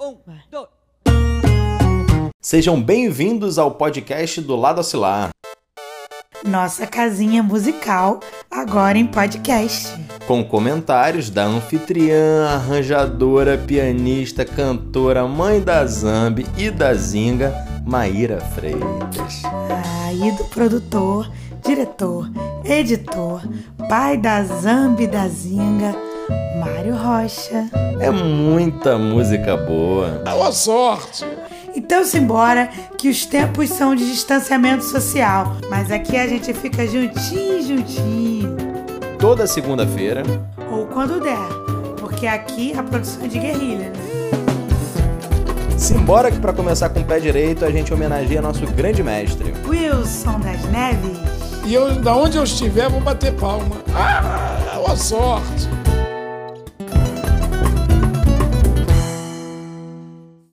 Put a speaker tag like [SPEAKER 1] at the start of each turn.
[SPEAKER 1] Um, dois.
[SPEAKER 2] Sejam bem-vindos ao podcast do Lado Acilar.
[SPEAKER 3] Nossa casinha musical, agora em podcast.
[SPEAKER 2] com comentários da anfitriã, arranjadora, pianista, cantora, mãe da Zambi e da Zinga, Maíra Freitas.
[SPEAKER 3] Aí do produtor, diretor, editor, pai da Zambi da Zinga, Mário Rocha.
[SPEAKER 2] É muita música boa.
[SPEAKER 4] Boa Ah, sorte!
[SPEAKER 3] Então simbora que os tempos são de distanciamento social, mas aqui a gente fica juntinho, juntinho.
[SPEAKER 2] Toda segunda-feira,
[SPEAKER 3] Ou quando der, porque aqui a produção é de guerrilha, né?
[SPEAKER 2] simbora que para começar com o pé direito, a gente homenageia nosso grande mestre.
[SPEAKER 3] Wilson das Neves.
[SPEAKER 4] E eu, da onde eu estiver, vou bater palma. Ah, boa sorte!